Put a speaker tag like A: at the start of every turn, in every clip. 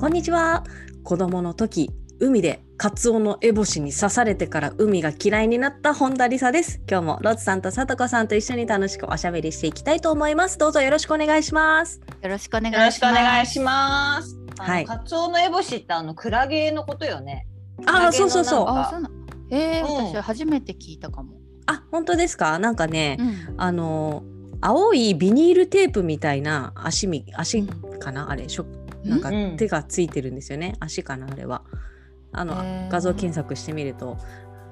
A: こんにちは子供の時海でカツオのエボシに刺されてから海が嫌いになった本田理沙です今日もロッツさんとさとこさんと一緒に楽しくおしゃべりしていきたいと思いますどうぞよろしくお願いします
B: よろしくお願いし
C: よろ
B: ま
C: し
B: す
C: くお願いします。あの
A: はい
C: カツオのエボシってあのクラゲのことよね。
A: あ
C: あ
A: ーそうそうそう
B: あそうなえー
C: うん
B: 私初めて聞いたかも、
A: あ本当ですかなんかね、
B: うん
A: あの青いビニールテープみたいな足み足かなあれしょなんか
C: うん
A: 手がついてるんですよね足かなあれはあの
B: へー
A: 画像検索してみると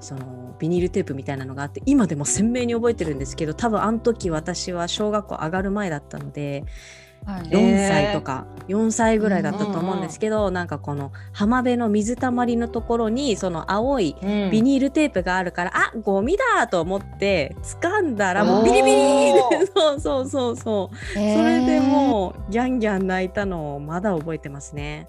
A: そのビニールテープみたいなのがあって今でも鮮明に覚えてるんですけど多分あの時私は小学校上がる前だったので
B: はい
C: えー
A: 4歳とか、4歳ぐらいだったと思うんですけど、なんかこの浜辺の水たまりのところにその青い
C: うん
A: ビニールテープがあるから、あゴミだと思って掴んだらも
C: おー
A: うビリビリ ってそうそうそうそう、それでもうギャンギャン泣いたのをまだ覚えてますね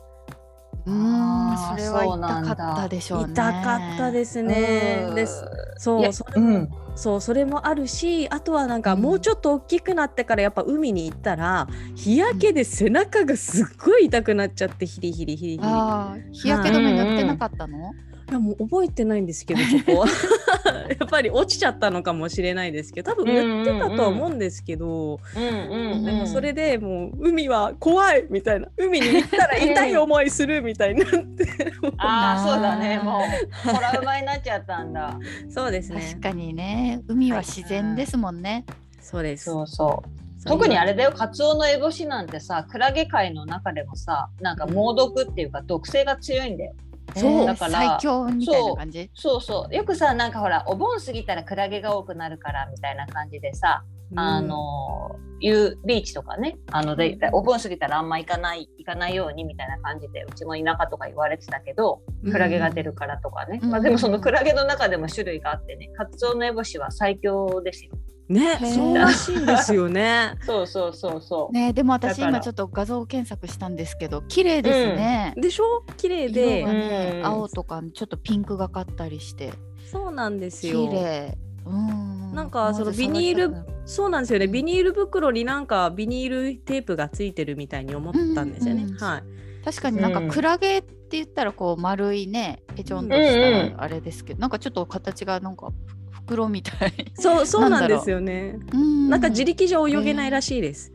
B: うーん
C: あー
B: それは
C: そうなんだ
B: 痛かったでしょうね
A: 痛かったですね
C: うん
A: ですそ
C: いうや
A: それ,、
C: うん。
A: そうそれもあるしあとはなんか
B: うん
A: もうちょっと大きくなってからやっぱ海に行ったら日焼けで背中がすっごい痛くなっちゃってヒリヒリヒリヒリい
B: あー日焼け止め塗ってなかったの、
A: やもう覚えてないんですけどそこは やっぱり落ちちゃったのかもしれないですけど多分塗ってたとは思うんですけど。
C: うんうん
A: で
C: うん。
A: もそれでもう海は怖いみたいな海に行ったら痛い思いするみたいになって
C: ああそうだね
B: あー
C: もうトラウマになっちゃったんだ。
A: そうです
B: 確かにね海は自然ですもんね、
A: そうです
C: そうそう。
A: そう
C: 特にあれだよカツオのエボシなんてさクラゲ界の中でもさなんか猛毒っていうか毒性が強いんだよ。
A: そう
B: えー
C: だから
B: 最強みたいな感じ
C: そうそうよくさなんかほらお盆過ぎたらクラゲが多くなるからみたいな感じでさ
A: うん
C: あのいうビーチとかねあのでお盆過ぎたらあんま行かない行かないようにみたいな感じでうちの田舎とか言われてたけど
A: うん
C: クラゲが出るからとかね、
B: うん
C: まあ、でもそのクラゲの中でも種類があってねカツオのエボシは最強ですよ。
A: ね
B: ー
A: そうらしいんですよね
C: そうそうそうそう。
B: ねでも私
C: だから
B: 今ちょっと画像検索したんですけど綺麗ですね、
A: でしょ綺麗
B: 色が
A: で
B: ね
C: うん
B: 青とかちょっとピンクがかったりして
A: そうなんです
B: 綺
A: よ
B: 麗うん
A: なんかそのビニールそうなんですよねビニール袋になんかビニールテープがついてるみたいに思ったんですよね、
B: うんうん
A: はい
B: 確かになんか
C: うん
B: クラゲって言ったらこう丸いねぺちょんとした
C: うんう
B: ら
C: ん
B: あれですけど、なんかちょっと形がなんかふ袋み たい
A: そうそうなんですよね
B: うん
A: なんか自力じゃ泳げないらしいです、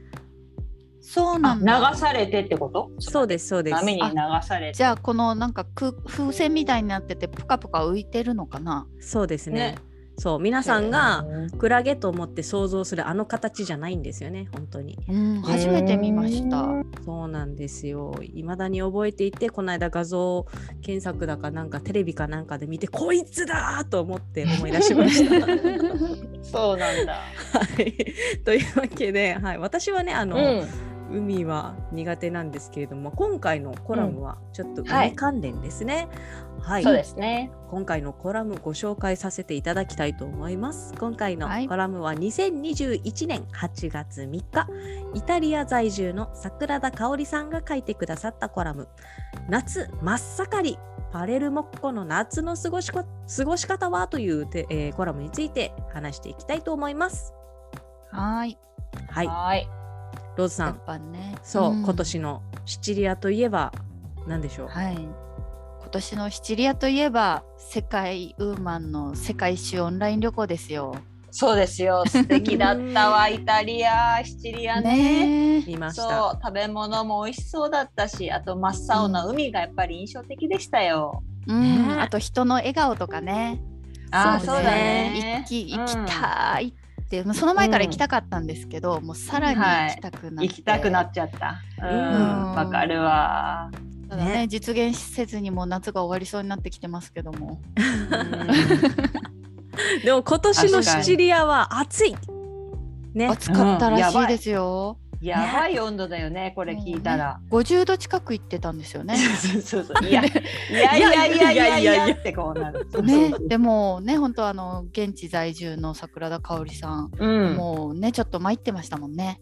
B: そうな
C: あ
B: んだ
C: 流されてってこと
A: そうですそうです
C: 波に流されて。
B: じゃあこのなんかく風船みたいになっててぷかぷか浮いてるのかな
A: そうですね
C: ね
A: そう皆さんが
C: うん
A: クラゲと思って想像するあの形じゃないんですよね本当に
B: うん初めて見ました
A: そうなんですよ未だに覚えていてこの間画像検索だかなんかテレビかなんかで見てこいつだーと思って思い出しま した。
C: そうなんだ。
A: はい、というわけで、はい、私はねあ
C: う
A: の、
C: ん。
A: 海は苦手なんですけれども今回のコラムはちょっと
C: は
A: 海
C: い
A: 関連ですね。はい、
C: そうですね。
A: 今回のコラムご紹介させていただきたいと思います今回の
B: はい
A: コラムは2021年8月3日、イタリア在住の桜田香織さんが書いてくださったコラム夏真っ盛りパレルモッコの夏の過ごしこ過ごし方はというて、えーコラムについて話していきたいと思います
B: はーい
A: はい
C: はい。
A: ローズさ
B: や
A: ん
B: っぱね
A: そう、
B: ん
A: 今年のシチリアといえば何でしょう、
B: はい。今年のシチリアといえば世界ウーマンの世界一周オンライン旅行ですよ。
C: そうですよ。素敵だったわ。イタリア、シチリアね。
B: ねえ
A: 見まし
C: そ
A: た
C: う、食べ物も美味しそうだったし、あと真っ青な海がやっぱり印象的でしたよ。
B: うん
A: ねえ
B: あと人の笑顔とかね。
C: あ
A: ーそうだ
C: ね
B: 行き行きたいって、もうその前から行きたかったんですけど、もうさらに行きたくなって。
C: 行きたくなっちゃった。う
A: う
C: ん、
A: ん
C: わかるわ。
B: ただね実現せずにもう夏が終わりそうになってきてますけども。
C: うん
A: でも今年のシチリアは暑いね
B: 暑かったらしいですよ。
C: やばい温度だよね、これ聞いたら。
B: 50度近く行ってたんですよね。
C: そうそうそう。いや、いやいやいやいやいやいやってこうなる。
B: ね、でもね本当あの現地在住の桜田香織さん、
C: うん。
B: もうねちょっと参ってましたもんね。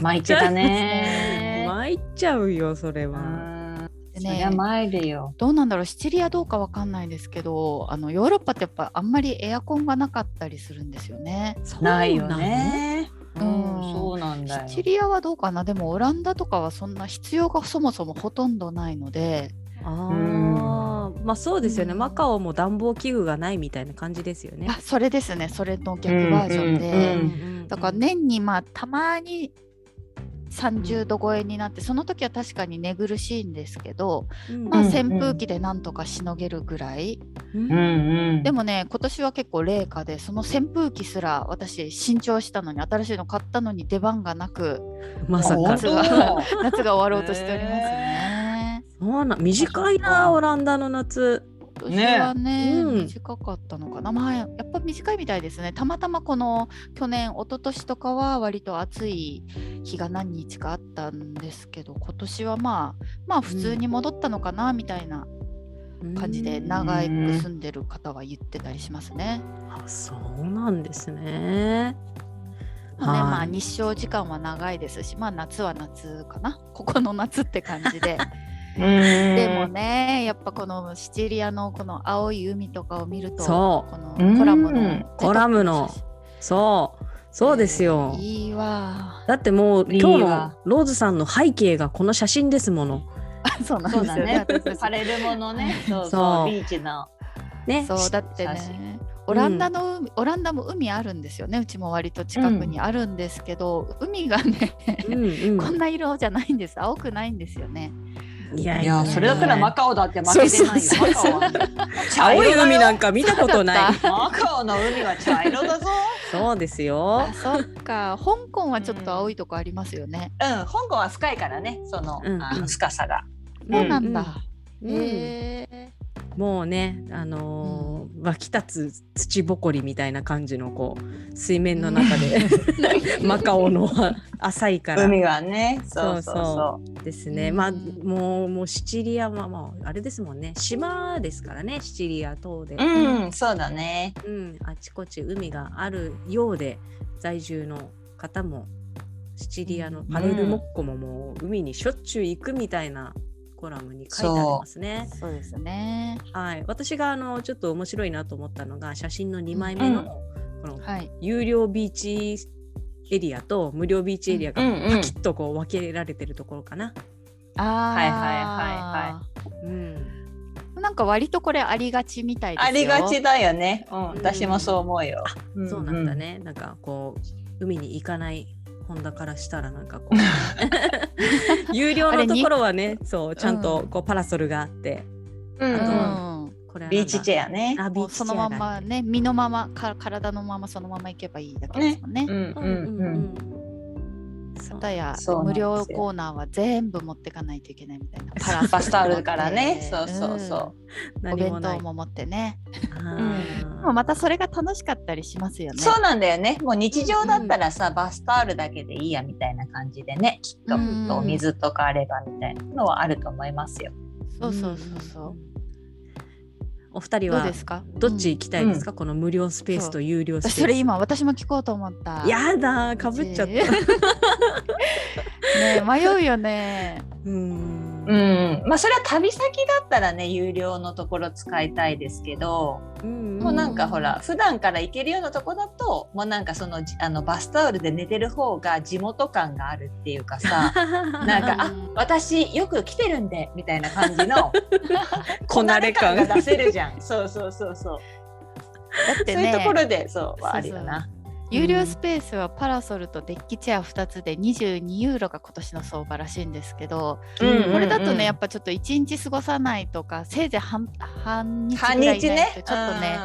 C: 巻いてたね。
A: 参っちゃうよそれ
C: う
A: は。
C: ん
B: で
C: そり
B: ね
C: ゃ参るよ。
B: どうなんだろうシチリアどうかわかんないですけどあのヨーロッパってやっぱあんまりエアコンがなかったりするんですよね。
A: そう
C: ないよ
A: の
C: ね。う
B: うん
C: ん、そうなんだよ。
B: シチリアはどうかなでもオランダとかはそんな必要がそもそもほとんどないので
A: ああ、まあそうですよね。
B: うん
A: マカオも暖房器具がないみたいな感じですよね。
B: あそれですねそれの逆バージョンで、
C: うんうんうん
B: だから年にまあたまに30度超えになってその時は確かに寝苦しいんですけど、
A: うん、
B: まあ、
C: うん
B: 扇風機でなんとかしのげるぐらい、
A: うん
C: うんうん。
B: でもね今年は結構冷夏でその扇風機すら私新調したのに新しいの買ったのに出番がなく
A: まさ
B: あ
A: か。
B: そ
A: そうう
B: 夏が終わろうとしておりますね。
A: なん短いなオランダの夏。
B: 今年はね
A: ねうん
B: 短かったのかな、まあやっぱ短いみたいですねたまたまこの去年一昨年とかは割と暑い日が何日かあったんですけど今年はまあまあ普通に戻ったのかなみたいな感じ
A: う
B: で
A: ん
B: 長く住んでる方は言ってたりしますね。
A: あそうなんですね。
B: まあね
A: はい
B: まあ、日照時間は長いですし、まあ、夏は夏かなここの夏って感 じでで
C: で
B: もねやっぱこのシチリアのこの青い海とかを見ると
A: そう
B: この
C: うん
B: コラムの
C: うん
B: ね
A: コラムのそうそうですよ。
B: い いわ
A: だってもう
C: いい
A: 今日の
C: わ
A: ローズさんの背景がこの写真ですもの。
B: あそうなん
C: そう
B: です
C: だ
B: よね
C: ね。
B: 私
C: パレルモのね、そう
A: そ
C: そうう、ビーチの。
A: ね。
B: そうだって
C: 写
B: ねオランダの海、オランダも海あるんですよねうちも割と近くにあるんですけど、海がね
A: うんうん
B: こんな色じゃないんです青くないんですよね
A: いや
C: いや、それだったらマ
A: ま
C: カオだって負けてないよ。
A: そう
C: マ
A: そうそう
C: カオは。
A: 青い海なんんか見たことない。
C: マカオの海は茶色だぞ。
A: そうですよ
B: あ。そっか 香港はちょっと青いとこありますよね、
C: うん、香港は深いからね、その、
A: うん
C: あの深さが。
B: そうなんだ、
A: うん。
B: へえ
A: もうね、あのー湧き立つ土ぼこりみたいな感じのこう水面の中で、マカオ のは浅いから
C: 海はね、そうそう
A: そ
C: そ
A: ですね。まあ
B: うん
A: もうもうシチリアはまああれですもんね。島ですからね、シチリア島で
C: う。。うん、そうだね。
A: うん、あちこち海があるようで在住の方もシチリアのパレルモッコももう海にしょっちゅう行くみたいなコラムに書いてありますね。
B: そうですね
A: はい、私があのちょっと面白いなと思ったのが写真の2枚目
C: う
A: の
C: ん
A: この
B: はい
A: 有料ビーチエリアと無料ビーチエリア
C: う
A: が
C: ん、うん。
A: きっとこう分けられてるところかな。
B: あ
C: はいはいは
B: は
C: い
A: うん、
B: いなんか割とこれありがちみたいですよ
C: ありがちだよね。うん、
A: ん
C: 私もそう思うよ。
A: そうなんだ。ね。なんかこう海に行かない本田からしたらなんかこう 有料のところはね、そうちゃんとこうパラソルがあって、
C: うん、う。
B: うんん
A: これはなんだ
C: ビーチチェアね。
A: あビ
B: も
A: ー
B: う
A: チ
B: そのままね身のままか体のままそのまま行けばいいだけですもんね。
C: う
B: ね
A: う
C: ん、うんん、
A: うんう
C: うん。
A: ん。そう
B: たや
C: そうなん
B: 無
C: ですよ
B: 料コーナーは全部持ってかないといけないみたいな。パラ
C: バスタオルからね。そうそうそ
B: うん。お
A: 何
B: 弁
A: もない
B: 当。も持ってね。
A: うん
B: でもまたそれが楽しかったりしますよ
C: う。
B: ね。
C: そうなんだよね。もう日常だったらさ、バスタオルだけでいいやみたいな感じでね。きっと、
B: うん
C: お水とかあればみたいなのはあると思いますよ。
B: そうそうそうそう。
A: お二人
B: どう
A: は
B: ですか？
A: どっち行きたいですか、この無料スペースと有料
B: うん？
A: スペース。
B: それ今私も聞こうと思った。
A: やだーかぶっちゃった。
B: ね迷うよね。
A: うん
C: う。ん、まあそれは旅先だったらね有料のところ使いたいですけど、
A: うん
C: もうなん
B: う
C: か
B: ん
C: ほら普段から行けるようなとこだともうなんかそのじあのバスタオルで寝てる方が地元感があるっていう かさなんかあ私よく来てるんでみたいな感じの
A: こなれ感
C: が出せるじゃんそうそうそうそう、
B: だって
C: そういうと
B: ね
C: こ。ろでそうはあるよな
B: 有料スペースはパラソルとデッキチェア2つで22ユーロが今年の相場らしいんですけど、
C: うんうんうん
B: これだとねやっぱちょっと1日過ごさないとかせいぜい半半日
C: 半
B: ぐらい
C: 日
B: いない
C: ね
B: とちょっとね、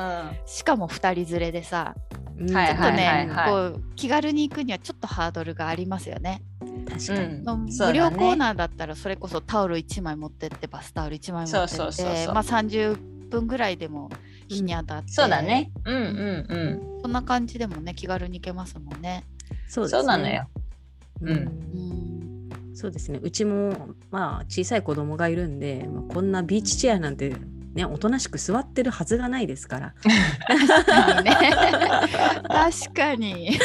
B: しかも2人連れでさ
A: うん
C: はい
B: ちょっとね、
C: はいはい
B: こう気軽に行くにはちょっとハードルがありますよね。
A: 確
C: う
A: か
C: んう
A: に。
C: ん
B: の
C: そ
B: 無
C: うだ
B: 料
C: ね
B: コーナーだったらそれこそタオル1枚持ってってバスタオル1枚持って
C: そ
B: っ
C: うそうそう
B: て
C: そう
B: まあ30分ぐらいでも日に当たって、
C: そうだねうんうんうん
B: そんな感じでもね気軽に行けますもんね。
A: そうです
C: そ
A: ね。
C: うなのよ。
A: う。
C: うん
B: ん
A: そうですね。うちも、まあ、小さい子供がいるんで、まあ、こんなビーチチェアなんて、ね、おとなしく座ってるはずがないですから。
B: いいね確かに。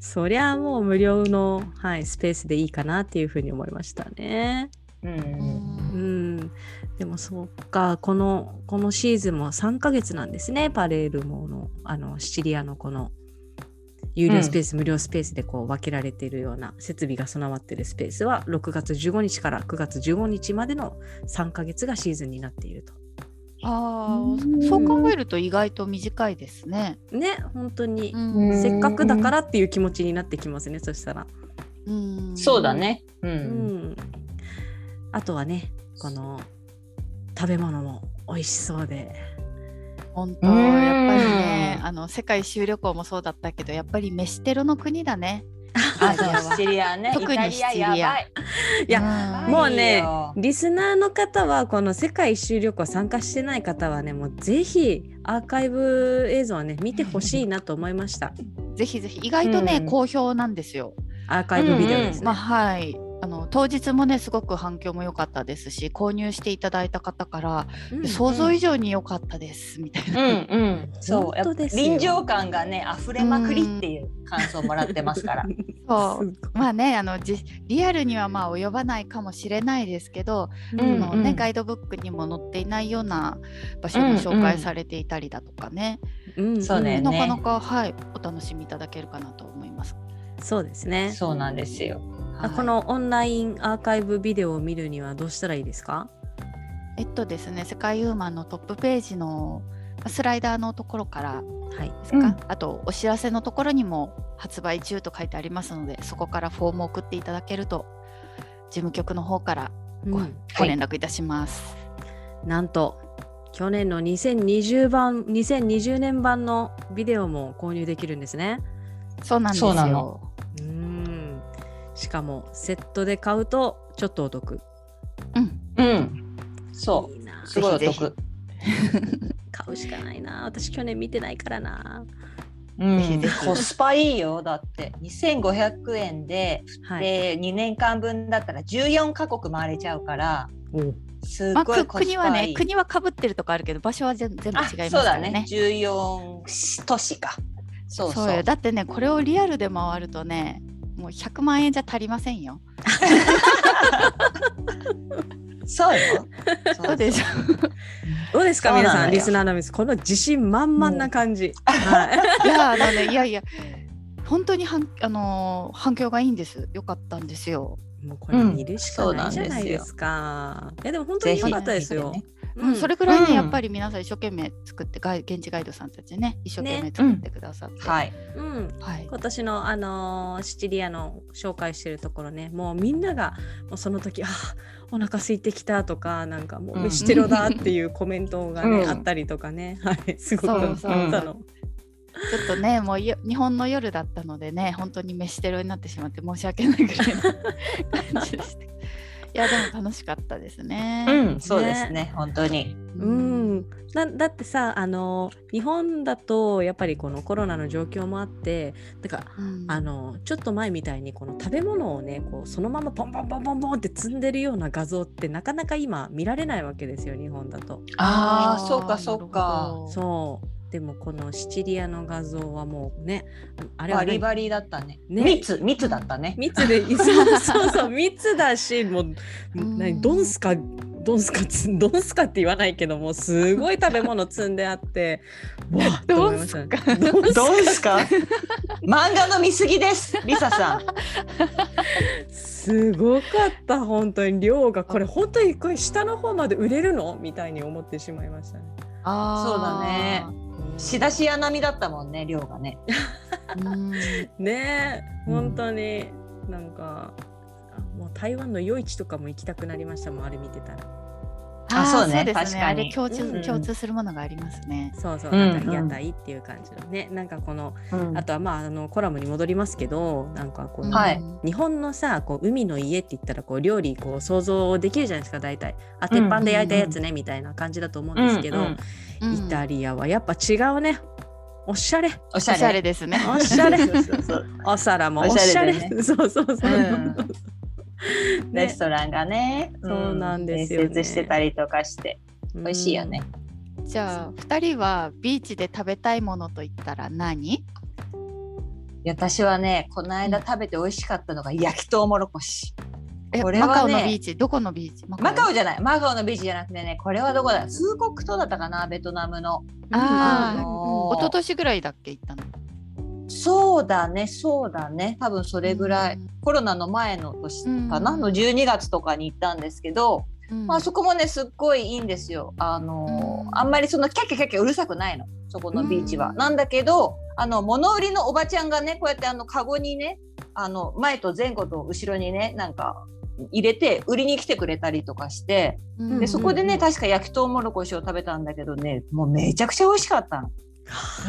A: そりゃもう無料の、はい、スペースでいいかなっていうふうに思いましたね。
C: う。
B: うん
A: うんん。でもそうか、この、このシーズンも3ヶ月なんですね。パレルモの、あの、シチリアのこの、有料スペース、無料スペースでこう分けられているような設備が備わっているスペースは、6月15日から9月15日までの3ヶ月がシーズンになっていると。
B: あ
D: うん
B: ーそう考えると意外と短いですね。
A: ね、本当に、
D: うん
A: せっかくだからっていう気持ちになってきますね、そしたら。
B: うん
C: そうだ。ね。う。
A: うんん、あとはねこの食べ物も美味しそうで
B: 本当やっ
C: うん
B: ぱりねあの世界一周旅行もそうだったけどやっぱり飯テロの国だね。
C: あ
B: イタリア
C: と
B: は
C: シチリアね。
B: 特に
C: イタリアや
B: シチリア
C: ばい。
A: いや
B: や
A: もうね
C: やばいよ
A: リスナーの方はこの世界一周旅行参加してない方はねもうぜひアーカイブ映像はね見てほしいなと思いました
B: ぜひぜひ意外とね、
C: うん
B: 好評なんですよ。
A: アーカイブビデオですね、
B: まあはいあの当日もねすごく反響も良かったですし購入していただいた方から、
A: うん
B: 想像以上に良かったですみた いな。
C: うんうん。そう。や
A: 本
C: っ
A: 当
C: ぱ
A: ですよ
C: 臨場感がね溢れまくりっていう感想もらってますから。
B: そう
A: すごい
B: まあねあのじリアルにはまあ及ばないかもしれないですけど、
A: うん
C: うん
B: あのね、ガイドブックにも載っていないような場所も紹介されていたりだとかね、
A: うん
C: そうね
B: なかなか、はい、お楽しみいただけるかなと思います。
A: そうですね
C: そうなんですよ。
A: あこのオンラインアーカイブビデオを見るにはどうしたらいいですか
B: えっとですね、世界ユーマンのトップページのまあスライダーのところから
A: はい
B: ですか、
D: うん
B: あとお知らせのところにも発売中と書いてありますので、そこからフォームを送っていただけると事務局の方からご,、
A: うん
B: ご連絡いたします。
A: なんと去年の2020版2020年版のビデオも購入できるんですね。
B: そうなんですよ。
C: そうなの
A: うーんしかもセットで買うとちょっとお得。
B: うん、
C: うん。そ
A: いいな
C: う。すごいお
B: ぜひぜ
C: 得。
A: 買うしかないな。私去年見てないからな。
C: うん
B: ぜひぜひ
C: コスパいいよだって2500円で、
A: はい。
C: で2年間分だったら14カ国回れちゃうから
A: お
C: す
B: まあ、
C: ごい
B: く
C: コス
B: 国
C: パ
B: はいね
C: い、
B: 国はかぶってるとこあるけど場所は全全部違いますから
C: あ
B: ね。
C: そうだね14都市かそうそう
B: そうよだってねこれをリアルで回るとねもう100万円じゃ足りませんよ。
C: そうよそ
B: そうでしょ
A: どうですか
C: そうなの
A: 皆
C: よ
A: さんリスナーの皆さんこの自信満々な感じ。はい
B: いやあのねいやいや本当にはんあのー反響がいいんです良かったんですよ。
A: もうこれ見るしかないじゃないですか。いやでも本当に良かったですよ。
C: ぜひ
B: うん、それくらいね、
C: うん
B: やっぱり皆さん一生懸命作ってガイ現地ガイドさんたちね一生懸命作ってくださって、
C: はい
A: うん。
B: はい
A: 今年の、あのーシチリアの紹介してるところねもうみんながもうその時「あーお腹空いてきた」とかなんかもう「
C: うん
A: 飯テロだ」っていうコメントが、ね
C: うん
A: あったりとかね、はい、すごく
B: そうそう
A: あったの
B: ちょっとねもうよ日本の夜だったのでね本当に飯テロになってしまって申し訳ないぐらいの感じで した。いやでも楽しかったですね。
C: うんそうですね本当に
A: うん、なだってさ、あのー日本だとやっぱりこのコロナの状況もあってだから
B: うん
A: あのーちょっと前みたいにこの食べ物をねこうそのままポンポンポンポンポンって積んでるような画像ってなかなか今見られないわけですよ日本だと。
C: ああそうかそうか。
B: なるほど
A: そうでもこのシチリアの画像はもうねあれは
C: バリ
A: ね
C: バリだったね
A: ね
C: 密密だったね
A: 密でそうそうそう密だしもう
B: うん
A: 何ドンスカドンスカつドンスカって言わないけどもうすごい食べ物積んであってわあって思いましたねドンスカ
C: どうですか 漫画の見過ぎですリサさん
A: すごかった本当に量がこれ本当にこれ下の方まで売れるのみたいに思ってしまいましたね。
B: あ
C: 仕出し屋並みだったもんね量がね
B: ーうん
A: ねえ
C: うん
A: 本当に、なんかあもう台湾の夜市とかも行きたくなりましたもんあれ見てたら
C: あそうね
B: です
C: 確かに
B: あれ共通、
A: うん
B: 共通するものがありますね。
A: そうそう
C: うん
A: なんか屋台っていう感じのね、なんかこのあとはまああのコラムに戻りますけどなんかこの、
C: はい
A: 日本のさこう海の家って言ったらこう料理こう想像できるじゃないですか大体あ鉄板で焼いたやつね、みたいな感じだと思うんですけど、
C: うんうん
B: うん
A: イタリアはやっぱ違うねおしゃれ
C: おし
B: お
C: ゃ
B: しゃ
C: れ
B: れですね。
A: おしゃれ
C: そうそうそう
A: お皿もお
C: おし
A: しゃ
C: ゃ
A: れ
C: れで
A: そうそうそうそう、
C: うん
A: ね
C: レストランがね、
A: そうなんですよね
C: 併設してたりとかして美味しいよね。
B: じゃあ2人はビーチで食べたいものといったら何
C: いや私はねこの間食べて美味しかったのが焼きとうもろこし。
B: え、
C: これはね
B: マカオのビーチどこのビーチマ
C: マカオじゃないマカオのビーチじゃなくてねこれはどこだ通国島だったかなベトナムの。
B: あー
C: あの
B: 一昨年ぐらいだっけ行ったの
C: そうだねそうだね多分それぐらい、コロナの前の年かな、
B: うん
C: の12月とかに行ったんですけど、
B: うん
C: まあそこもねすっごいいいんですよあのー、
B: うん
C: あんまりそのキャッキャキャッキャうるさくないのそこのビーチは、
B: うん
C: なんだけどあの物売りのおばちゃんがねこうやってあのカゴにねあの前と前後と後ろにねなんか入れて売りに来てくれたりとかして
B: うん
C: でそこでね、
A: うん
C: 確か焼きとうもろこしを食べたんだけどねもうめちゃくちゃ美味しかったの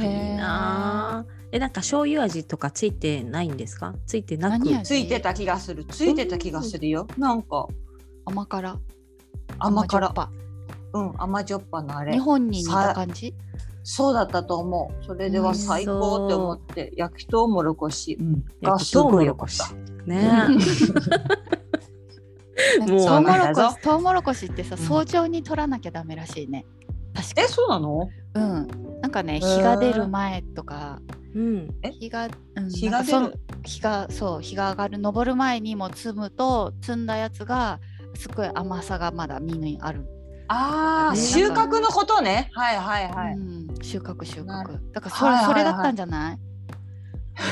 B: へー
A: いいなあえなんか醤油味とかついてないんですかついてなく
B: 何味
C: ついてた気がするついてた気がするよ、なんか
B: 甘辛
C: 甘辛
B: じょっぱ
C: うん甘じょっぱのあれ
B: 日本に似た感じ
C: そうだったと思うそれでは最高って思って焼きとうもろこしうんが
A: 焼き
C: す
A: とうも
C: ごい
A: ろ
C: 良
A: こ
C: かっ
A: したね
B: ね
A: もう
B: トウモロ
C: な
B: コ
C: んだぞ
B: シトウモロコシってさ
A: うん
B: 早朝に取らなきゃダメらしいね確か
C: えそうなの
B: うんなんかね
C: へー
B: 日が出る前とか
A: うん
C: え
B: 日が、うん
C: 日が出
B: なんか
C: る
B: そ日がそう日が上がる昇る前にも摘むと摘んだやつがすごい甘さがまだ身にある、
C: ああ
B: ね
C: 収穫のことねはいはいはい、
B: うん、収穫収
C: なる
B: 穫だからそれ,、
C: はいはいはい
B: それだったんじゃない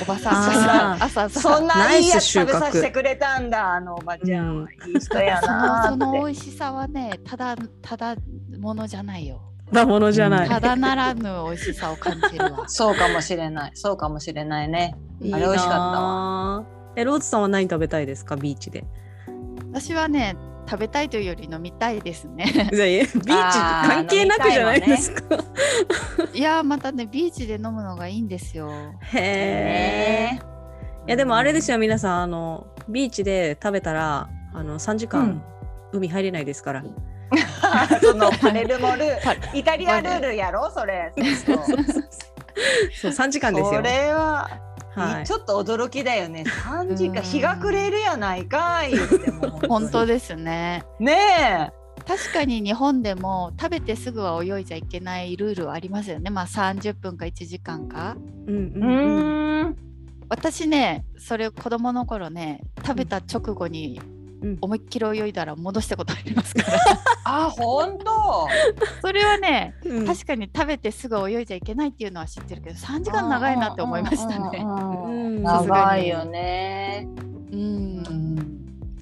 B: おばさん
A: あ
B: が朝朝
C: そんないいやつ
A: ナイス収穫
C: 食べさせてくれたんだあのおばちゃん、
A: うん
C: いい人や
B: その
C: な
B: そ
C: ー
B: の
C: って
B: 美味しさはねただただものじゃないよ
A: だものじゃない、
B: ただならぬ美味しさを感じるわ
C: そうかもしれないそうかもしれないね
A: いいな
C: あれ美味しかった
A: えローズさんは何食べたいですかビー チで
B: 私はね食べたいというより飲みたいです ね
A: じゃあえビーチ
C: あー
A: 関係なくじゃないですか、
B: いやーまたねビーチで飲むのがいいんですよ
A: へえ
C: ね
A: いやでもあれですよ皆さんあのビーチで食べたらあの3時間海入れないですから、
C: ー そのパレルモル
B: パ
C: イタリアルールやろそ れそうそう
A: そう3時間です
C: こ
A: よ。
C: れは
A: はい
C: ちょっと驚きだ よね。3時
B: うん
C: 間日が暮れるやないか いってもう
B: 本当ですね
C: ね
B: 確かに日本でも食べてすぐは泳いじゃいけないルールはありますよねまあ30分か1時間か
A: うん
C: え。
A: うんうん
C: ん。
B: 私ねそれ子供の頃ね食べた直後に
A: うん
B: 思いっきり泳いだら戻したことありますから
C: あ本当。
B: それはね
A: うん
B: 確かに食べてすぐ泳いじゃいけないっていうのは知ってるけど3時間長いなって思いましたね。
C: うん。
A: うん
C: 長いよね。
B: うん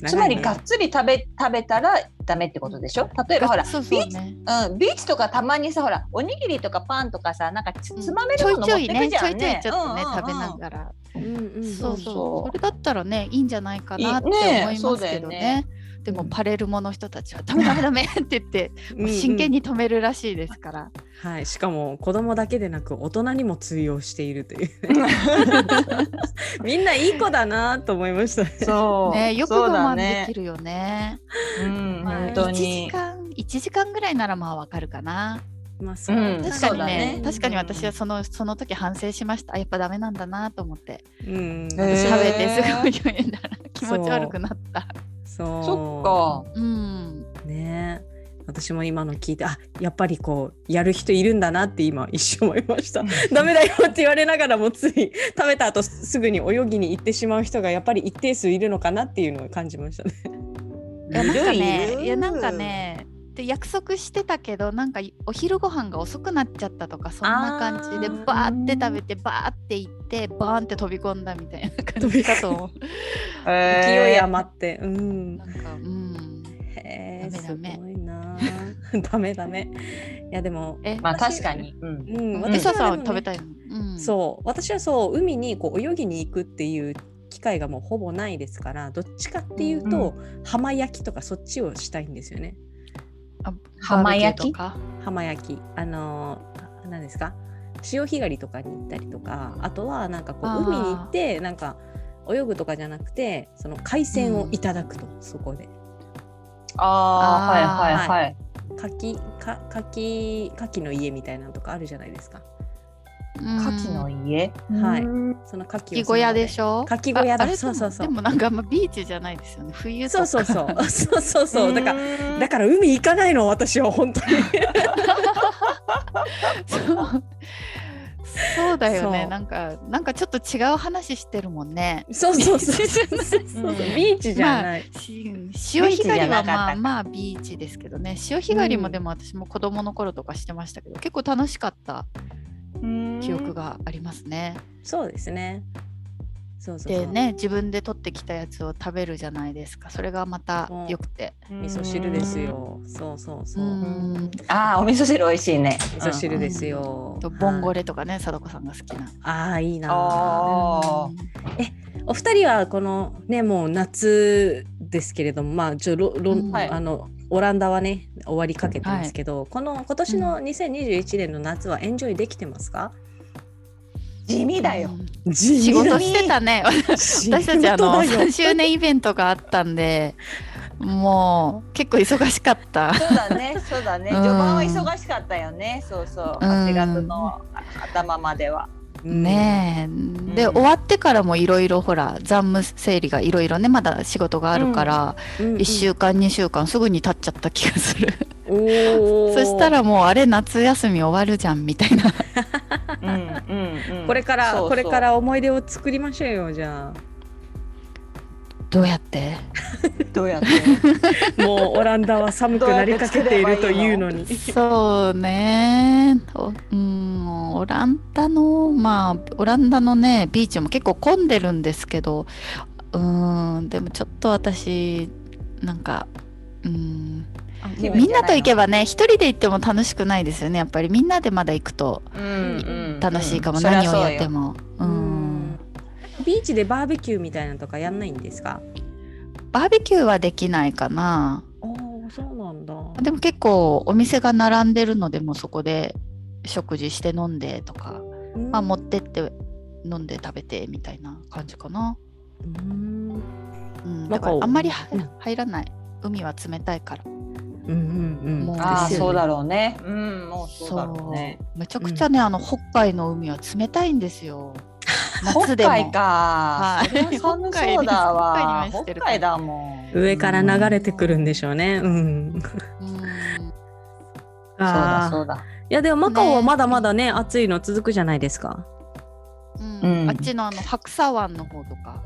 C: つまり
A: 長
C: が
A: いね
C: っつり食べ食べたらダメってことでしょ。例えばほら。
B: そうそうね
C: うん、ビーチとかたまにさほらおにぎりとかパンとかさなんかつ
B: うん
C: つまめるもの
B: ち
C: 持
B: ょ
C: っ
B: い
C: て
B: ちょい
C: く
B: ね
C: じ
B: ち
C: ゃ
B: ょ
C: ん
B: いちょい
C: ね。
B: ちょっとね
C: うんうんうん
B: 食べながら
A: うんうん
B: そう
C: そ
B: そううそれだったらねいいんじゃないかなって
C: いいね
B: 思いますけ
C: そうだよ
B: ど
C: ね
B: ねでも
A: うん
B: パレルモの人たちは「ダメダメダメ」って言って
A: うんうん
B: 真剣に止めるらしいですから
A: はい、しかも子供だけでなく大人にも通用していると いうみんないい子だなと思いましたね。
C: そう
B: ねよく
C: そう
B: 我慢
C: だ
B: でき
C: ね。
B: るよね
C: うん
B: まあ
C: 本当
B: 1時
C: に。
B: 間1時間ぐらいならまあわかるかな
A: まあ、
C: うん
B: 確か
C: そう
B: に
C: だ
B: ね
C: ね
B: 確かに私はそのその時反省しましたあやっぱダメなんだなと思って
A: うん、
C: へー
B: 食べてすごい泳いだら気持ち悪くなった
A: そう
C: そっ か。
B: うん
A: ね私も今の聞いてあやっぱりこうやる人いるんだなって今一瞬思いま したダメだよって言われながらもつい食べた後すぐに泳ぎに行ってしまう人がやっぱり一定数いるのかなっていうのを感じましたね。
B: いやなんか
C: いるいる
B: ねいやなんかねで約束してたけどなんかお昼ご飯が遅くなっちゃったとかそんな感じで
A: あー
B: バーって食べてバーって行ってバーンって飛び込んだみたいな感じだと思う。
A: 勢い
C: えー
A: 余って、うん
B: なんかうん
A: へえす
B: ダメダメ
A: ごいな ダメダメいやでも、
B: え、
C: まあ確かに。うん。
A: うん、
B: エサさ
A: でも
B: んは
A: ね
B: 食べたいの、うん、
A: そう私はそう海にこう泳ぎに行くっていう機会がもうほぼないですからどっちかっていうと、浜焼きとかそっちをしたいんですよね。
B: あ
C: 浜焼き
B: バーベキューとか
A: 浜焼きあのー何ですか潮干狩りとかに行ったりとかあとはなんかこ
B: あ
A: う
B: ー
A: 海に行ってなんか泳ぐとかじゃなくてその海鮮をいただくと、そこで
C: ああ
A: あー
C: はいはいはい。
A: 牡蠣か牡蠣牡蠣の家みたいなのとかあるじゃないですか
C: 牡蠣の家、
A: はい
D: ー
A: う
D: ん
A: その牡蠣
B: 牡蠣小屋で
A: ょ
B: しょ
A: 牡蠣小屋だ
B: ああれでも
A: そうそうそう
B: でもなんかあんまビーチじゃないですよね冬と
A: そうそう
B: か
A: そう そうそうそうだから
D: ーん
A: だから海行かないの私は本当に
B: そう そうだよ
A: そ
B: ね
A: う
B: なんかなんかちょっと違う話してるもんね
A: そうそうそうそうそう
D: うん
A: ビーチじゃない、
B: し潮干狩りは
C: ビーチじゃなかった
B: まあ
C: か
B: まあビーチですけどね潮干狩り
A: う
B: も
A: ん
B: でも私も子供の頃とかしてましたけど、結構楽しかった記憶がありますね。
A: そうですねそうそうそう
B: でね自分で取ってきたやつを食べるじゃないですかそれがまた良くて。
A: 味噌汁ですよそうそうそうう、
B: ん
C: ああお味噌汁美味しいね
A: 味噌汁ですよ、
B: とボンゴ
A: レ
B: レとかね貞子さんが好きな。
A: ああいい
C: あ
A: な
C: ー
A: お二人はこのねもう夏ですけれどもまあちょロロ、
B: うん
C: はい
A: あのオランダはね終わりかけてますけど、この今年の2021年の夏はエンジョイできてますか、
C: 地味だよ、
B: うん
A: 地
B: 仕
A: 味だ
B: 事して たね
A: 仕
B: 私たちあ
A: 事
B: の
A: だよ
B: 3周年イベントがあったんでもう結構忙しかった。
C: そうだねそうだね
B: うん
C: 序盤は忙しかったよねそうそう
B: うん
C: 8月の頭までは
B: ねえ、で
C: うん
B: 終わってからもいろいろほら残務整理がいろいろねまだ仕事があるから、
A: うんうん
B: 1週間2週間すぐに経っちゃった気がする
A: おー
B: そしたらもうあれ夏休み終わるじゃんみたいな
C: うんうんうん
A: これから
C: そうそう
A: これから思い出を作りましょうよじゃ
B: どうやって
C: どうやって
A: あもうオランダは寒くなりかけているというの に
B: そうねおうんオランダのまあオランダのねビーチも結構混んでるんですけどうんでもちょっと私なんかうん
C: 気分
B: みんなと行けばね一人で行っても楽しくないですよねやっぱりみんなでまだ行くと楽しいかも、何をやってもう
A: うんんビーチでバーベキューみたいなのとかやんないんですか
B: バーベキューはできないかな
A: ああそうなんだ
B: でも結構お店が並んでるのでもうそこで食事して飲んでとか、まあ、持ってって飲んで食べてみたいな感じかな、
A: うん
B: うん、
A: な
B: だ
A: んか
B: からあんまりは
A: うん
B: 入らない海は冷たいから
A: うんうんう。
B: もうん
C: ああ
A: ですよね
C: そうだろうねうんもうそうだろうね
B: めちゃくちゃね、あの北海の海は冷たいんです よ夏
C: 北
B: でも
C: 海か
B: はい
C: それは寒そうだわ
B: 北海に面して
C: 北
B: る
C: 海だもん
A: 上から流れてくるんでしょうね。うん。
B: うん
C: そうだ
A: あ
C: そうだ
A: ーいやでもマカオは
B: ね
A: まだまだね暑いの続くじゃないですか。
B: うん
C: うん
B: あっちのあの白砂湾の方とか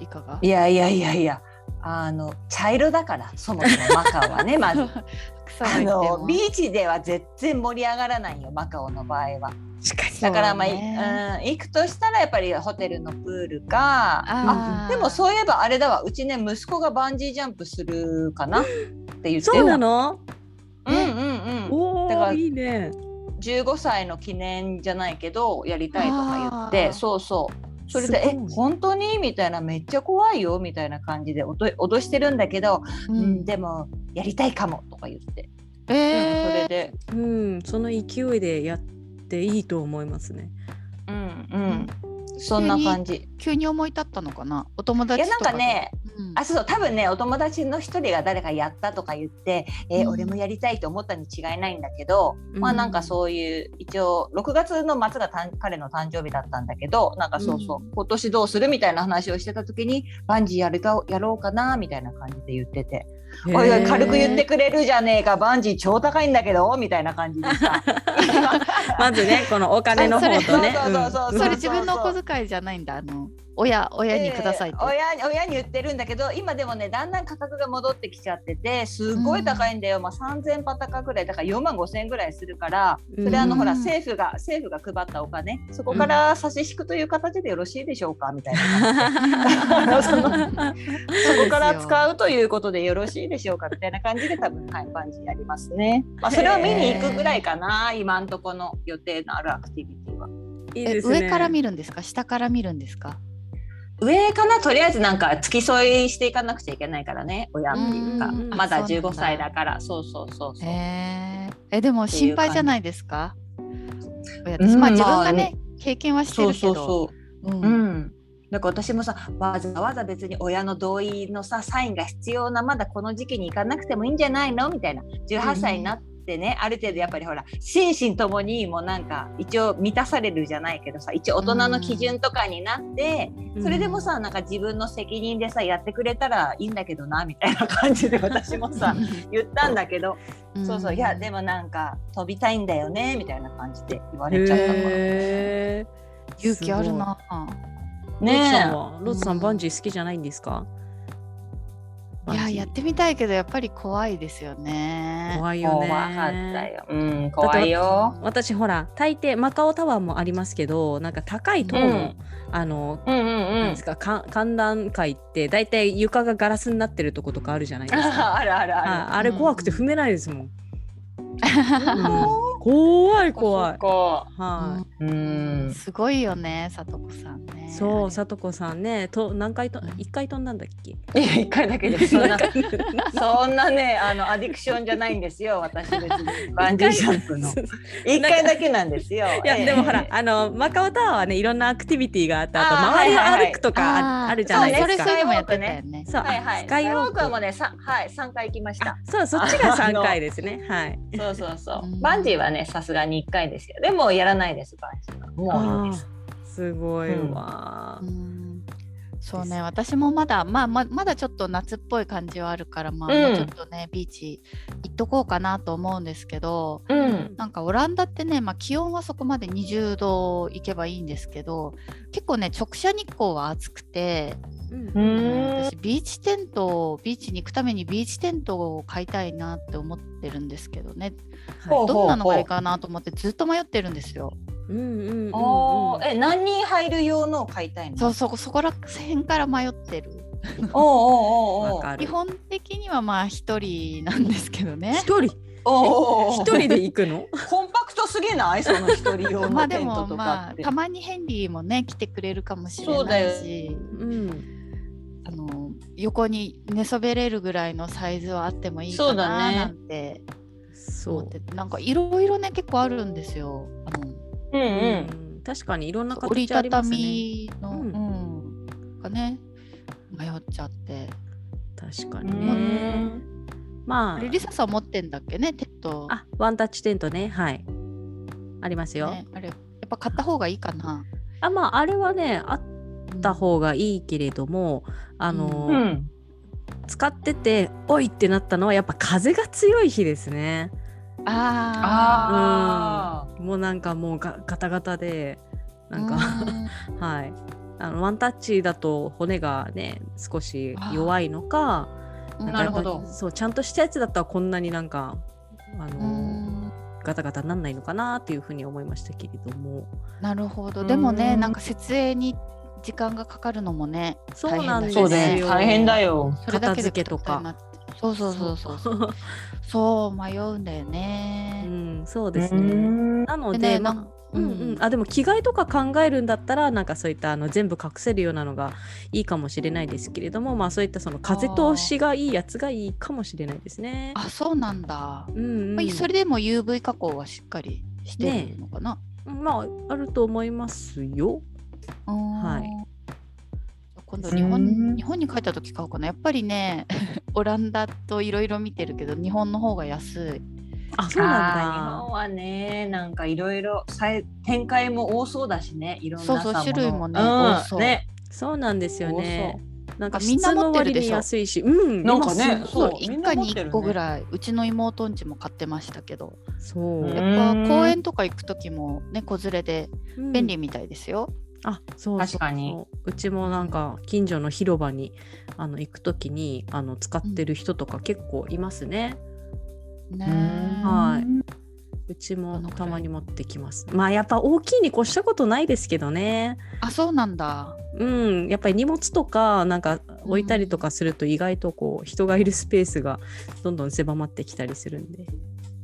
B: いかが
C: いやいやいやいやあの茶色だからそもそもマカオは ねまず
B: 白
C: あ
B: 砂湾行って
C: の
B: も
C: ビーチでは絶然盛り上がらないよマカオの場合は
A: 確か
C: だからまあ、
B: そうね
C: うん、行くとしたらやっぱりホテルのプールか
B: あー
C: でもそういえばあれだわうちね息子がバンジージャンプするかなって言って
A: そう
C: る
A: な
C: わ
A: の？
C: うんうんうん
A: お
C: だか
A: お
C: ら
A: いいね。
C: 15歳の記念じゃないけどやりたいとか言っ
B: あー
C: てそうそうそれで「
A: す
C: え
A: ごい
C: 本当に?」みたいな「めっちゃ怖いよ」みたいな感じでおど脅してるんだけど「
B: う
C: うんんでもやりたいかも」とか言って、そ
B: え
C: れで
A: うんその勢いでやっていいと思いますね。
C: うんうんそんな感じ。
B: ー急に思い立ったのかなお友
C: いや
B: 達
C: なん
B: とか
C: か
B: で
C: ね
B: うん
C: あそうそう多分ねお友達の一人が誰かやったとか言って、えー
B: うん
C: 俺もやりたいと思ったに違いないんだけど、
A: うん
C: まあなんかそういう一応6月の末がたん彼の誕生日だったんだけどなんかそうそう、今年どうするみたいな話をしてた時にバンジーやるかやろうかなみたいな感じで言ってて「おいおい軽く言ってくれるじゃねえかバンジー超高いんだけど」みたいな感じでさ
A: まず ねこのお金の方とね。
C: あそれそうそう
B: それ自分のお小遣いじゃないんだあの親親にくださいっ
C: え
B: て、
C: ー親に親に言ってるんだけど今でもねだんだん価格が戻ってきちゃっててすごい高いんだよ、まあ、3,000パタカぐらいだから4万5,000ぐらいするから
A: うん
C: それあ
B: う
C: の、
B: ん
C: ほら政府が政府が配ったお金そこから差し引くという形でよろしいでしょうかみたいなそのそこから使うということでよろしいでしょうかみたいな感じで多分はいバンジーやりますね、まあ、それを見に行くぐらいかな今んとこの予定のあるアクティビティは。
A: いい
B: え
A: ですね
B: 上から見るんですか下から見るんですか
C: 上かなとりあえずなんか付き添いしていかなくちゃいけないからね親っていうか
B: うんうんうん
C: まだ
B: あそうなんだ
C: 15歳だからそうそうそうそう、
B: えーえでも心配じゃないですか親
C: う
B: です
C: ん
B: まあ自
C: まあ
B: 分がね、経験はして
C: そ
B: る
C: う
B: け
C: そ
B: ど
C: うそうう、
B: ん
C: うん、だから私もさわざわざ別に親の同意のさサインが必要なまだこの時期に行かなくてもいいんじゃないのみたいな18歳になっってねある程度やっぱりほら心身ともにもうなんか一応満たされるじゃないけどさ一応大人の基準とかになって、それでもさなんか自分の責任でさやってくれたらいいんだけどなみたいな感じで 私もさ言ったんだけど、そうそういやでもなんか飛びたいんだよねみたいな感じで言われちゃったから
A: へ
B: 勇気あるな。
A: ねえ。ロッツさん
C: ね
A: はロッツさんバンジー好きじゃないんですか？
B: いややっ
A: バン
B: てみたいけどやっぱり怖いですよね
A: ジー。怖い
C: え
A: よね。
C: 怖かった。ようん怖いよ
A: 私ほら大抵マカオタワーもありますけどなんか高い塔の、
C: うん
A: あの、
C: うんうんう
A: なん
C: ん
A: ですかか観覧階って大体床がガラスになってるとことかあるじゃないですか。
C: ああるあるある
A: ああれ怖くて踏めないですもん。
C: う
A: うん怖い怖い。はい、
C: 怖うん
B: すごいよね、さとこさんね。
A: そう、さとこさんね、と何回と一回飛んだんだっけ？
C: いや一回だけですそんな
A: 一回
C: そんなねあのアディクションじゃないんですよ私別にバンジージャン プの一回だけなんですよ
A: いや
C: ええ
A: でもほらあのマカオタワーはねいろんなアクティビティがあったあと
C: あー
A: 周りを
C: はいはいはい
A: 歩くとかああるじゃないです
B: そ
A: か。
B: れそういうのもやってたよね。
A: そう
C: はいは
A: スカ
C: いスカ
A: イウ
C: イウ
A: ォ
C: ォ
A: ー
C: ー
A: ク
C: クはもうねさはい三回行きました
A: あそうそっちが
C: あ
A: 三
C: の
A: 回ですねはい。
C: そうそうそ
B: う
C: う
B: ん
C: バンジーはねさすがに一回ですけどでもやらないですバンジーはもういいです
A: すごいわ
B: う。んそう
A: です
B: ね、私もまだ、まあ、ままだちょっと夏っぽい感じはあるから、まあ、
C: うん
B: もうちょっとね、ビーチ行っとこうかなと思うんですけど、
C: うん
B: なんかオランダってね、まあ、気温はそこまで20度いけばいいんですけど、結構ね、直射日光は暑くて、
A: うん
C: うん
B: 私ビーチテントをビーチに行くためにビーチテントを買いたいなって思ってるんですけどね
C: ほうほうほう
B: どんなのがいいかなと思ってずっと迷ってるんですよ。
A: うんうんうん
C: おーえ何人入る用のを買いたいの
B: そうそこそこら辺から迷ってる。
C: おうおうおうおう
A: わか
B: 基
A: る。
B: 本的にはまあ一人なんですけどね。
A: 一人
C: おうおうお
A: 一
C: う
A: 人で行くの？
C: コンパクトすげえない その一人用
B: ま
C: の
B: あで
C: テント
B: も
C: と
B: ま
C: か
B: あ
C: って。
B: たまにヘンリーもね来てくれるかもしれ
C: そう
B: な
C: だ
B: い
C: よ
B: し
A: うん。
B: あの横に寝そべれるぐらいのサイズはあってもいい
C: そ
B: か
C: うだ
B: な
C: ね
B: なんて
A: そ
B: 思っ
A: う
B: て、。なんかいろいろね結構あるんですよ。あの
C: うん
A: う
C: うん。
A: ん。確かにいろんな
B: 折り
A: 形あり
B: たた
A: ますね。
B: みの、
A: う
B: うんがね迷っちゃって
A: 確かにね。ま
B: あ
A: あ
B: れリサさん持ってんだっけねテッド
A: あワンタッチテントねはいありますよ。
B: ねあれやっぱ買った方がいいかな
A: あまああれはねあった方がいいけれどもあの、
C: うん。
A: 使ってておいってなったのはやっぱ風が強い日ですね
B: あ
C: ああ。
A: もうなんかもうがガタガタで
B: ー
A: なんか、はいあのワンタッチだと骨がね少し弱いのか
B: うん
A: んかやっぱ
C: なるほど
A: そうちゃんとしたやつだったらこんなになんかあ
B: う
A: の
B: ん
A: ガタガタなんないのかなっていうふうに思いましたけれども
B: なるほどでもね
C: うん
B: なんか設営に時間がかかるのもね
A: そうなんです
B: そ
A: よ
B: うだ
C: 大変だよ。
B: それだ
A: 片
B: けで
A: 付けとか
B: くたくたになってそうそうそうそうそうそう迷うんだよ
A: う
B: ね、
A: んそう
C: で
A: ですす
C: ね
A: ねなので
B: ね
A: まあ
B: なんか
A: うんうん、あでも着替えとか考えるんだったらなんかそういったあの全部隠せるようなのがいいかもしれないですけれども、まあ、そういったその風通しがいいやつがいいかもしれないですね。
B: あそうなんだ
A: うんうん
B: まあそれでも UV 加工はしっかりしてるのかな、
A: まああると思いますよ。
B: うーん
A: はい
B: 今度日本
C: うん
B: 日本に帰った時買おうかなやっぱりね オランダといろいろ見てるけど日本の方が安い
A: あそう
C: あー日
A: なん
C: 本はねなんかいろいろさえ展開も多そうだしねいろんなさ
B: そうそう
C: の
B: 種類もね
C: うん
B: 多そう
C: ね
A: だそうなんですよね。なんか
B: みんな
A: 質の
B: 持って
A: 割
B: るでし
A: に
B: ょ
A: 安いし、うん、
C: なんかね
A: 今す
C: そ
A: ご
C: う
A: い
B: 一
C: みん
B: 家
C: な持
B: に
C: ってるね
B: 1個ぐらい、うちの妹んちも買ってましたけど
A: そう、
C: う
B: や
C: ん
B: っぱ公園とか行く時も猫連れで
A: うん
B: 便利みたいですよ、
A: あそうそう
C: 確かに
A: うちもなんか近所の広場にあの行くときにあの使ってる人とか結構いますね。
B: ね
C: うん
A: はいうち
B: ど
A: も
B: のくら
A: た
B: い
A: まに持ってきます。まあやっぱ大きいに越したことないですけどね。
B: あそうなんだ
A: うん、やっぱり荷物とかなんか置いたりとかすると意外とこう人がいるスペースがどんどん狭まってきたりするんで。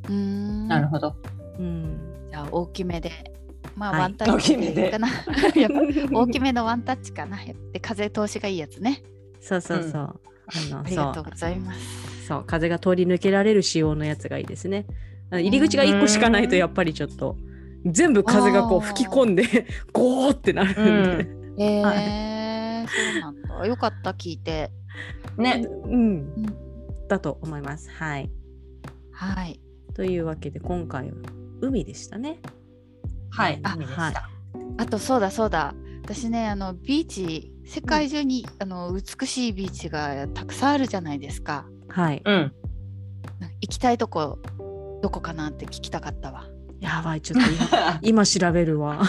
B: うーん
C: なるほど
A: うん。
B: じゃあ大きめでまあ、
A: はい
B: ワンタッチ
C: 大きめで
B: かなやっぱ大きめのワンタッチかなで風通しがいいやつね
A: そうそうそう。あ
B: あ
A: の
B: りがと
A: そうう
B: ございます
A: そう風が通り抜けられる仕様のやつがいいですね。あの入り口が1個しかないとやっぱりちょっと全部風がこう
B: あー
A: 吹き込んで ゴーってなるんで。
B: へえー、そうなんだよかった聞いて
C: ね
A: うん。だと思います。はい。
B: はい
A: というわけで今回は海でしたね。
C: はい、
B: あ
C: 海でした。
B: あとそうだそうだ私ねあのビーチ世界中に、あの美しいビーチがたくさんあるじゃないですか
A: はい。
C: うん。
B: なんか行きたいとこどこかなって聞きたかったわ
A: やばいちょっと今 今調べるわ。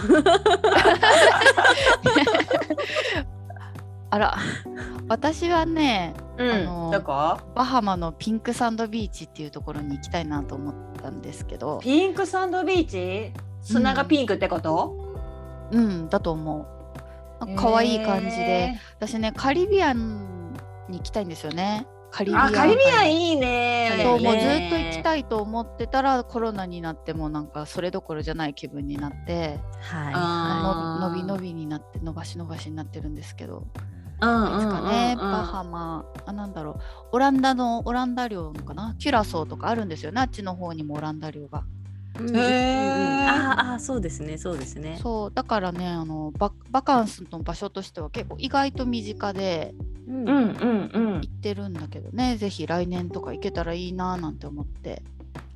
B: あら 私はねあの
C: うん。だか
B: バハマのピンクサンドビーチっていうところに行きたいなと思ったんですけど
C: ピンクサンドビーチ砂がピンクってこと、
B: うんだと思うなんか可愛い感じで、
C: へ
B: 私ねカリビアンに行きたいんですよねカリ
C: ー。
B: ビア
C: あ、
B: ン
C: カリビアンいいね。
B: そうもうず
A: ね
B: っと行きたいと思ってたらコロナになってもなんかそれどころじゃない気分になって
A: は
B: の
C: あー
B: びのびのびになって伸ばし伸ばしになってるんですけど
C: うん
B: いつかね、
C: うんうんうん
B: バハマあなんだろうオランダのオランダ領のかなキュラソーとかあるんですよねあっちの方にもオランダ領が。
A: い。うん
C: へー
A: あーあーそうですねそうですね。
B: そうだからねあのババカンスの場所としては結構意外と身近で
A: うん
C: うんうん
B: 行ってるんだけどねぜひ来年とか行けたらいいななんて思って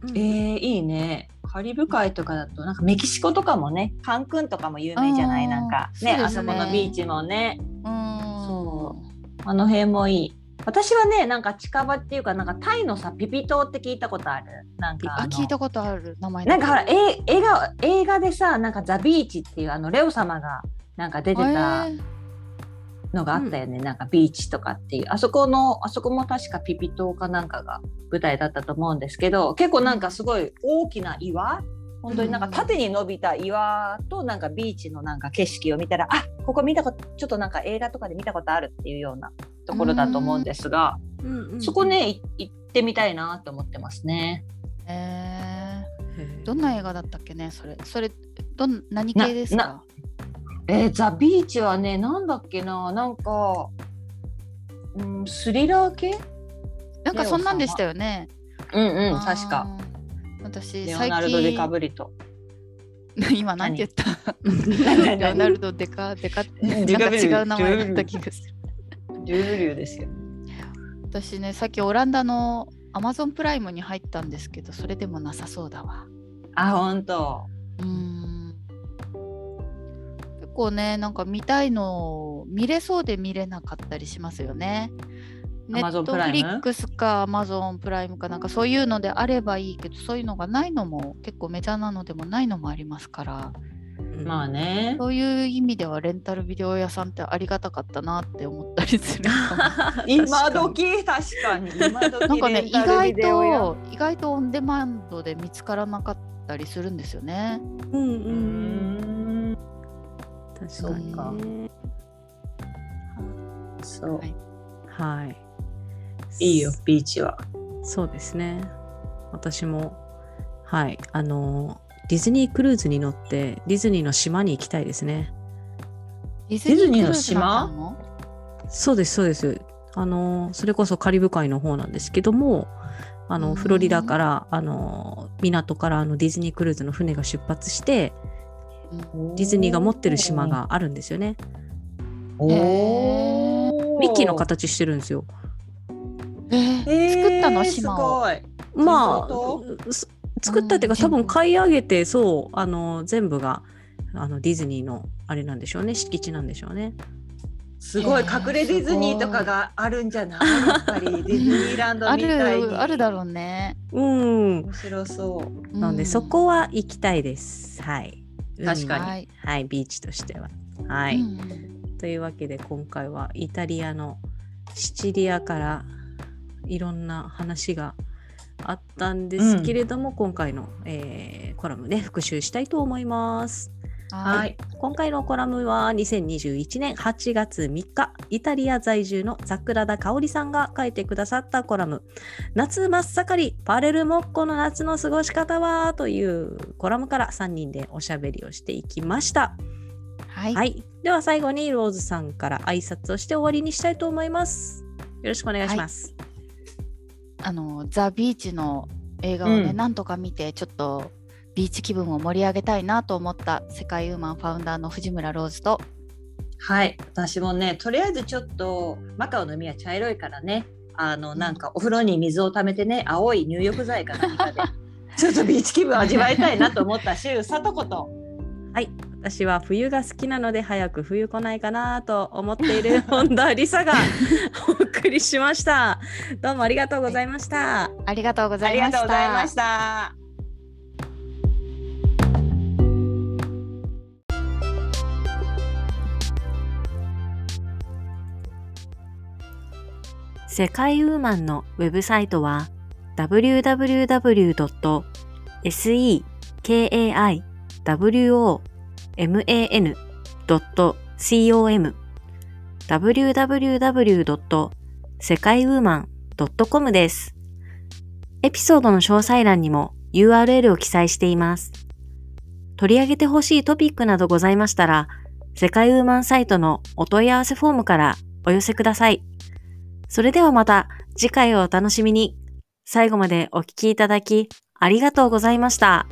C: うん。えー、いいね。カリブ海とかだとなんかメキシコとかもね、カンクンとかも有名じゃな
B: う
C: い
B: ん
C: なんかね
B: そうで
C: あ
B: す
C: そ
B: ね
C: このビーチもね、
B: うーん
C: そあの辺もいい。私はねなんか近場っていうかなんかタイのさピピ島って聞いたことある。なんか
B: あ
C: の
B: 聞いたことある名前だ
C: なんかほら、え映画映画でさなんかザビーチっていうあのレオ様がなんか出てた
B: えー
C: のがあったよね、なんかビーチとかっていうあそこのあそこも確かピピ島かなんかが舞台だったと思うんですけど結構なんかすごい大きな岩本当になんか縦に伸びた岩となんかビーチのなんか景色を見たらあここ見たことちょっとなんか映画とかで見たことあるっていうようなところだと思うんですが、
A: うんうん
C: そこ。ねい行ってみたいなと思ってますね。
A: へー
B: えーどんな映画だったっけねそれそれどん何系です
C: な
B: か
C: えーザ・ビーチはねなんだっけななんか、うん、スリラー系
B: なんかそんなんでしたよね
C: うんう
B: あー
C: 確か
B: 私
C: レオ
B: 最
C: ナルド・ディカ
B: 近
C: ブリと
B: 今何て言った
C: 何
B: レオナルドデカデカなん
C: デ
B: か
C: カ
B: 違う名前だった気がする
C: デューリューですよ
B: 私ねさっきオランダのアマゾンプライムに入ったんですけどそれでもなさそうだわ
C: あ本当
B: うーん結構ねなんか見たいのを見れそうで見れなかったりしますよね。ネッ
C: Amazon
B: ト
C: プ
B: フ
C: ライ
B: リ
C: ム
B: ックスか Amazon プライムかなんかそういうのであればいいけどそういうのがないのも結構メジャーなのでもないのもありますから
C: まあね
B: そういう意味ではレンタルビデオ屋さんってありがたかったなって思ったりするかも
C: 今時確かに今 時
B: なんかね
C: レン
B: 意
C: タルビ
B: 外
C: デオや
B: と意外とオンデマンドで見つからなかったりするんですよね。
A: うん
C: うー
A: うん。
C: ん
A: 確
C: そ
A: か
C: う
A: に
C: か
A: ね。
C: そう、
B: はい
C: い、
A: はい。
C: いよビーチは
A: そうですね。私も、はい、あの、ディズニークルーズに乗って、ディズニーの島に行きたいですね。
B: ディ
C: ズニー
B: クル
C: の島
B: ズなんかも
A: そうです、そうです。あの、それこそカリブ海の方なんですけども、あ
B: うん
A: の、フロリダから、あの、港からあのディズニークルーズの船が出発して、ディズニーが持ってる島があるんですよね。
C: お
B: へ
C: ー
A: ミッキーの形してるんですよ。
B: えー作ったの島を。
C: えーすごい
A: ま
C: そう
A: あ、す作ったっていうか、
B: うん
A: 多分買い上げて、そう、あの、全部が、あの、ディズニーの、あれなんでしょうね、敷地なんでしょうね。
C: すごい
B: へー
C: 隠れディズニーとかがあるんじゃないや っぱりディズニーランド
B: あ
C: みたいに
B: るあるだろうね。
A: うん。
C: 面白そう
A: なので、
B: うん
A: そこは行きたいです。はい。
C: 確か
A: 海
B: は
C: に
A: の
B: い。
A: はい、ビーチとしては。はい。
B: うん
A: というわけで、今回はイタリアのシチリアからいろんな話があったんですけれども、今回の、えーコラムね、復習したいと思います。
C: は
B: はいい。
A: 今回のコラムは2021年8月3日イタリア在住の桜田香織さんが書いてくださったコラム「夏真っ盛りパレルモッコの夏の過ごし方は?」というコラムから3人でおしゃべりをしていきました、
B: はい。
A: はいでは最後にローズさんから挨拶をして終わりにしたいと思いますよろしくお願いします、
B: あのザビーチの映画をね、
C: うん
B: なんとか見てちょっとビーチ気分を盛り上げたいなと思った世界ウーマンファウンダーの藤村ローズと。
C: はい私もねとりあえずちょっとマカオの海は茶 色いからねあのなんかお風呂に水を溜めてね青い入浴剤か何かでちょっとビーチ気分味わいたいなと思った週さとこと
E: はい、私は冬が好きなので早く冬来ないかなと思っている本田理 沙がお送りしました。どうもありがとうございました。
B: ありがとうご
C: あ
B: ざ
C: り
B: い
C: が
B: ま
C: とうございま
B: した
C: し。た。
E: 世界ウーマンのウェブサイトは www.sekaiwoman.com www.sekaiwoman.com です。エピソードの詳細欄にも URL を記載しています。取り上げてほしいトピックなどございましたら、世界ウーマンサイトのお問い合わせフォームからお寄せください。それではまた次回をお楽しみに。最後までお聞きいただきありがとうございました。